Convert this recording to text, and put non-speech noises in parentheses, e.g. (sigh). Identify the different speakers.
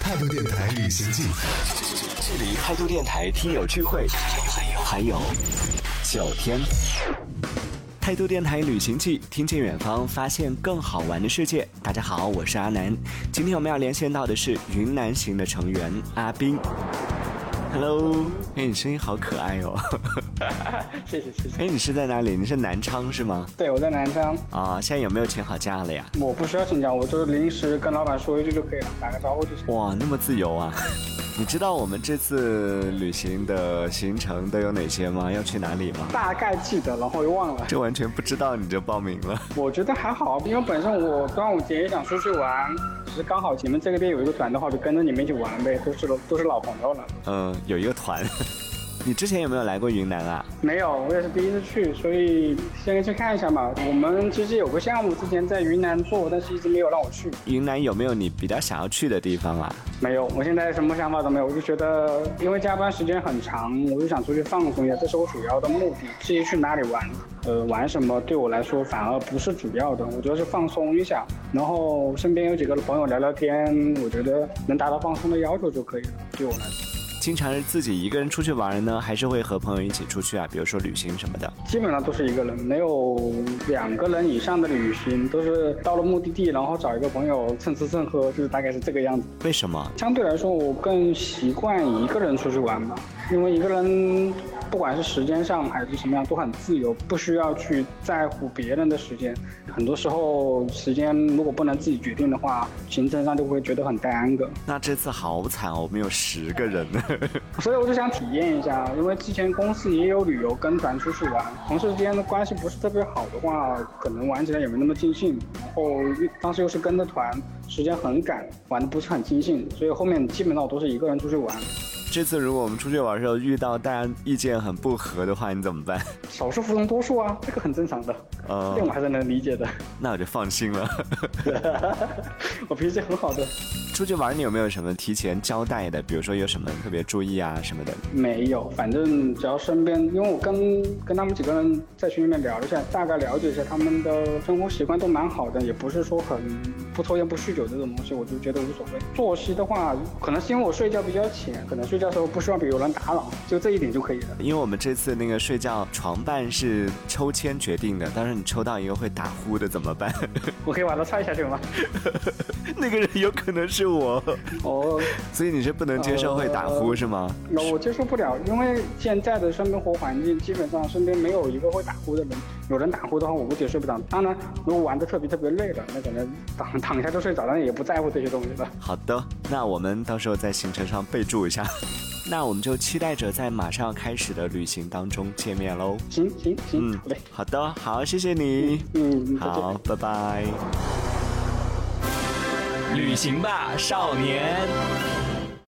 Speaker 1: 态度电台旅行记，
Speaker 2: 这里态度电台听友聚会，还有九天。态度电台旅行记，听见远方，发现更好玩的世界。大家好，我是阿南，今天我们要连线到的是云南行的成员阿斌。Hello，哎，你声音好可爱哦。
Speaker 3: 谢谢谢谢。
Speaker 2: (laughs) 哎，你是在哪里？你是南昌是吗？
Speaker 3: 对，我在南昌，
Speaker 2: 啊、现在有没有请好假了呀？
Speaker 3: 我不需要请假，我就是临时跟老板说一句就可以了，打个招呼就行。
Speaker 2: 哇，那么自由啊！ (laughs) 你知道我们这次旅行的行程都有哪些吗？要去哪里吗？
Speaker 3: 大概记得，然后又忘了。
Speaker 2: (laughs) 这完全不知道你就报名了。 (laughs)
Speaker 3: 我觉得还好，因为本身我端午节也想出去玩，只是刚好你们这个店有一个团的话，就跟着你们一起玩呗，都是都是老朋友了。
Speaker 2: 嗯，有一个团。 (laughs) 你之前有没有来过云南啊？
Speaker 3: 没有，我也是第一次去，所以先去看一下嘛。我们其实有个项目之前在云南做，但是一直没有让我去。
Speaker 2: 云南有没有你比较想要去的地方啊？
Speaker 3: 没有，我现在什么想法都没有，我就觉得因为加班时间很长，我就想出去放松一下，这是我主要的目的。至于去哪里玩，呃，玩什么对我来说反而不是主要的，我主要是放松一下，然后身边有几个朋友聊聊天，我觉得能达到放松的要求就可以了。对我来说，
Speaker 2: 经常是自己一个人出去玩呢，还是会和朋友一起出去啊？比如说旅行什么的。
Speaker 3: 基本上都是一个人，没有两个人以上的旅行，都是到了目的地，然后找一个朋友蹭吃蹭喝，就是大概是这个样子。
Speaker 2: 为什么？
Speaker 3: 相对来说，我更习惯一个人出去玩吧，因为一个人不管是时间上还是什么样都很自由，不需要去在乎别人的时间。很多时候，时间如果不能自己决定的话，行程上就会觉得很耽搁。
Speaker 2: 那这次好惨哦，我们有十个人。 (laughs)
Speaker 3: 所以我就想体验一下，因为之前公司也有旅游跟团出去玩，同事之间的关系不是特别好的话，可能玩起来也没那么尽兴。然后又当时又是跟着团，时间很赶，玩的不是很尽兴，所以后面基本上我都是一个人出去玩。
Speaker 2: 这次如果我们出去玩的时候遇到大家意见很不合的话，你怎么办？ (laughs)
Speaker 3: 少数服从多数啊，这个很正常的，这点我
Speaker 2: 呃，
Speaker 3: 还是能理解的。 (laughs)
Speaker 2: 那我就放心了。 (laughs)
Speaker 3: 我脾气很好的，
Speaker 2: 出去玩你有没有什么提前交代的？比如说有什么特别注意啊什么的？
Speaker 3: 没有，反正只要身边，因为我跟跟他们几个人在群里面聊了一下，大概了解一下他们的生活习惯都蛮好的，也不是说很不抽烟不酗酒这种东西，我就觉得无所谓。作息的话，可能是因为我睡觉比较浅，可能睡觉的时候不希望有人打扰，就这一点就可以了。
Speaker 2: 因为我们这次那个睡觉床伴是抽签决定的，但是你抽到一个会打呼的怎么办？ (laughs)
Speaker 3: 我可以把它踹下去吗？ (laughs)
Speaker 2: 那个人有可能是我，
Speaker 3: 哦，
Speaker 2: 所以你是不能接受会打呼是吗？
Speaker 3: 那我接受不了，因为现在的生活环境基本上身边没有一个会打呼的人。有人打呼的话，我估计也睡不着。当然，如果玩的特别特别累了，那可能躺躺下就睡着了，也不在乎这些东西了。
Speaker 2: 好的，那我们到时候在行程上备注一下。 (laughs) 那我们就期待着在马上要开始的旅行当中见面喽。
Speaker 3: 行行行，
Speaker 2: 嗯
Speaker 3: 好嘞，，
Speaker 2: 好的，好，谢谢你。
Speaker 3: 嗯，再见
Speaker 2: 好，拜拜。
Speaker 4: 旅行吧，少年。